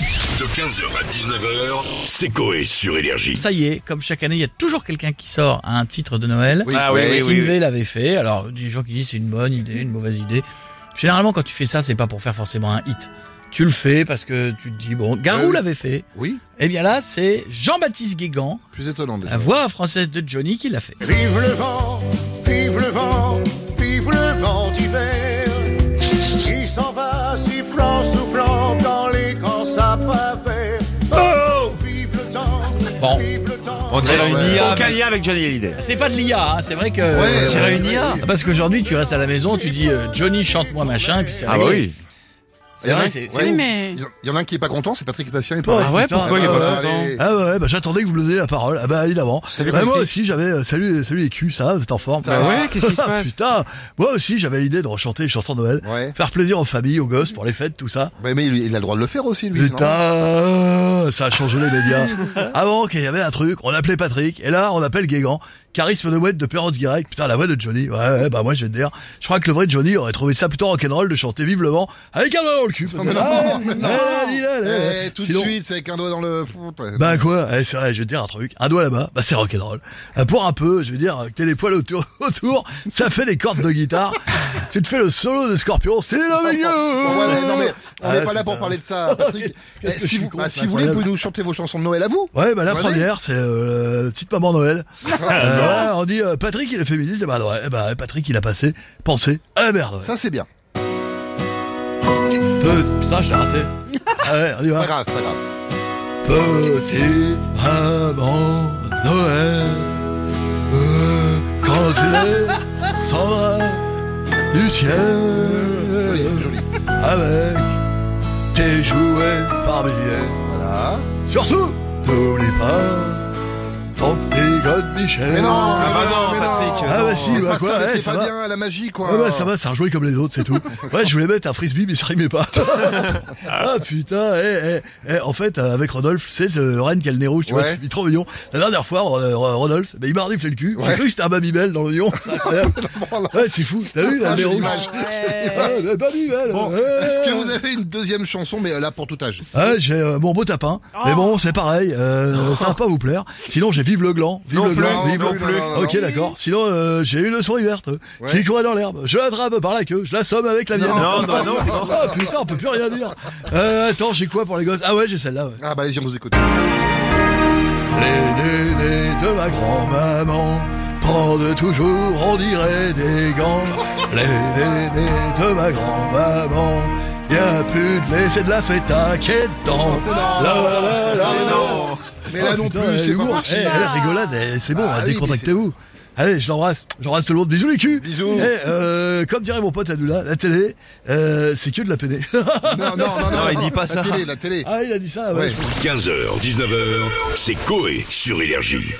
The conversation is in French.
De 15h à 19h, c'est Coé sur Énergie. Ça y est, comme chaque année, il y a toujours quelqu'un qui sort un titre de Noël. Oui. Ah oui, oui, oui. Kinvey l'avait fait. Alors, des gens qui disent c'est une bonne idée, une mauvaise idée. Généralement, quand tu fais ça, c'est pas pour faire forcément un hit. Tu le fais parce que tu te dis, bon, Garou Euh. l'avait fait. Oui, Eh bien là, c'est Jean-Baptiste Guégan, plus étonnant déjà. la voix française de Johnny, qui l'a fait. Vive le vent, vive le vent, vive le vent d'hiver qui s'en va sifflant, soufflant dans les grands sapins verts. Oh, vive le temps, Bon. vive le temps. On dirait Ouais. une IA. Aucun lien avec Johnny Hallyday. C'est pas de l'IA, hein, c'est vrai que... Ouais, dirait une IA. Parce qu'aujourd'hui, tu restes à la maison, tu dis euh, Johnny chante-moi machin, et puis c'est Ah bah réglé. oui. Il y en a Ouais, un- c'est- ouais. c'est- mais- Il y en- il y en a un qui est pas content, c'est Patrick Patient. Ah ouais, pourquoi il est pas content Ah ouais, bah j'attendais que vous me donniez la parole. Ah bah évidemment. Salut, Bah, moi Patrick. Bah aussi j'avais euh, salut salut les culs, ça va, vous êtes en forme. Ça Ah, va ouais, qu'est-ce qui se passe Putain, moi aussi j'avais l'idée de rechanter les chansons de Noël, Ouais. faire plaisir aux familles, aux gosses pour les fêtes, tout ça. Ouais, mais il, il a le droit de le faire aussi, lui. c'est normal. Putain, ça a changé les médias. Avant qu'il y avait un truc, on appelait Patrick et là on appelle Guégan. Charisme de mouette de Perrance Guirec, putain la voix de Johnny. Ouais, ouais, bah moi je vais te dire, je crois que le vrai Johnny aurait trouvé ça plutôt rock'n'roll de chanter vive le vent avec un doigt dans le cul. mais non, Ah, mais non. allez, allez, allez. Eh, tout Sinon- de suite, c'est avec un doigt dans le fond. Bah quoi Eh, C'est vrai, je vais te dire un truc. Un doigt là-bas, bah c'est rock'n'roll. Euh, Pour un peu, je veux dire, euh, que t'aies les poils autour, autour, ça fait des cordes de guitare. tu te fais le solo de Scorpion, c'est le milieu Ouais, mais non, mais on n'est Ah, pas là pour putain. parler de ça, Patrick. Eh, Qu'est-ce que je si suis vous, con, bah, c'est si vous voulez, vous incroyable. pouvez nous chanter vos chansons de Noël à vous. Ouais, bah la Allez. première, c'est euh, la petite maman Noël. Euh, voilà, on dit euh, Patrick, il est féministe. Et bah, ouais, eh bah, Patrick, il a passé, pensé à la merde. Ça, c'est bien. Putain, je l'ai raté. ah ouais, on y va. Pas grave, c'est pas grave. Petite maman Noël, euh, quand tu les s'envoies du C'est ciel joli, c'est joli. avec tes jouets par milliers. Voilà. Surtout, n'oublie pas ton petit God Michel. Mais non, Ah bah non, mais Patrick. Ah bah si, Faites bah pas quoi, ça, Ah, mais eh, c'est ça pas va. bien, la magie, quoi. Ouais, bah, ça va, c'est un jouet comme les autres, c'est tout. Ouais, je voulais mettre un frisbee, mais ça rimait pas. ah putain, eh, eh, eh, en fait, euh, avec Rodolphe, tu sais, c'est le Rennes qui a le nez rouge, tu vois, Ouais. c'est trop mignon. La dernière fois, euh, Rodolphe, bah, il m'a reniflé le cul. Ouais. J'ai cru que c'était un Babybel dans le lion. C'est incroyable. ouais, c'est fou. T'as vu, Ah, la nez j'ai rouge l'image. Ah, bah, Babybel Bon, ouais. est-ce que vous avez une deuxième chanson, mais euh, là pour tout âge Ah, j'ai euh, mon beau tapin. Mais bon, c'est pareil, euh, ça va pas vous plaire. Sinon, j'ai Vive le gland. Vive Non le plus, gland, non vive le plus, non, non, non. Ok, d'accord. Sinon, euh, j'ai une souris verte Ouais. qui courait dans l'herbe. Je l'attrape par la queue, je l'assomme avec la mienne. Non, non, non. Ah putain, on peut plus rien dire. Euh, attends, j'ai quoi pour les gosses Ah ouais, j'ai celle-là. Ouais. Ah bah allez-y, on vous écoute. Les nénés de ma grand-maman pendent toujours, on dirait des gants. Les nénés de ma grand-maman, y a plus de laisser de la fête inquiétante. La, la, la, la, la. Ah, Mais là Oh, non putain, plus, c'est l'humour. pas Eh, possible. La rigolade, eh, c'est bon, Ah hein, oui, décontractez-vous. Allez, je l'embrasse. J'embrasse tout le monde. Bisous les culs. Bisous. Eh, euh, comme dirait mon pote Adula, la télé, euh, c'est que de la pédé. Non, non, non, non, Non, il dit pas la ça. télé, la télé. ah, il a dit ça, ouais. Ouais. 15h, 19h, c'est Coé sur Énergie.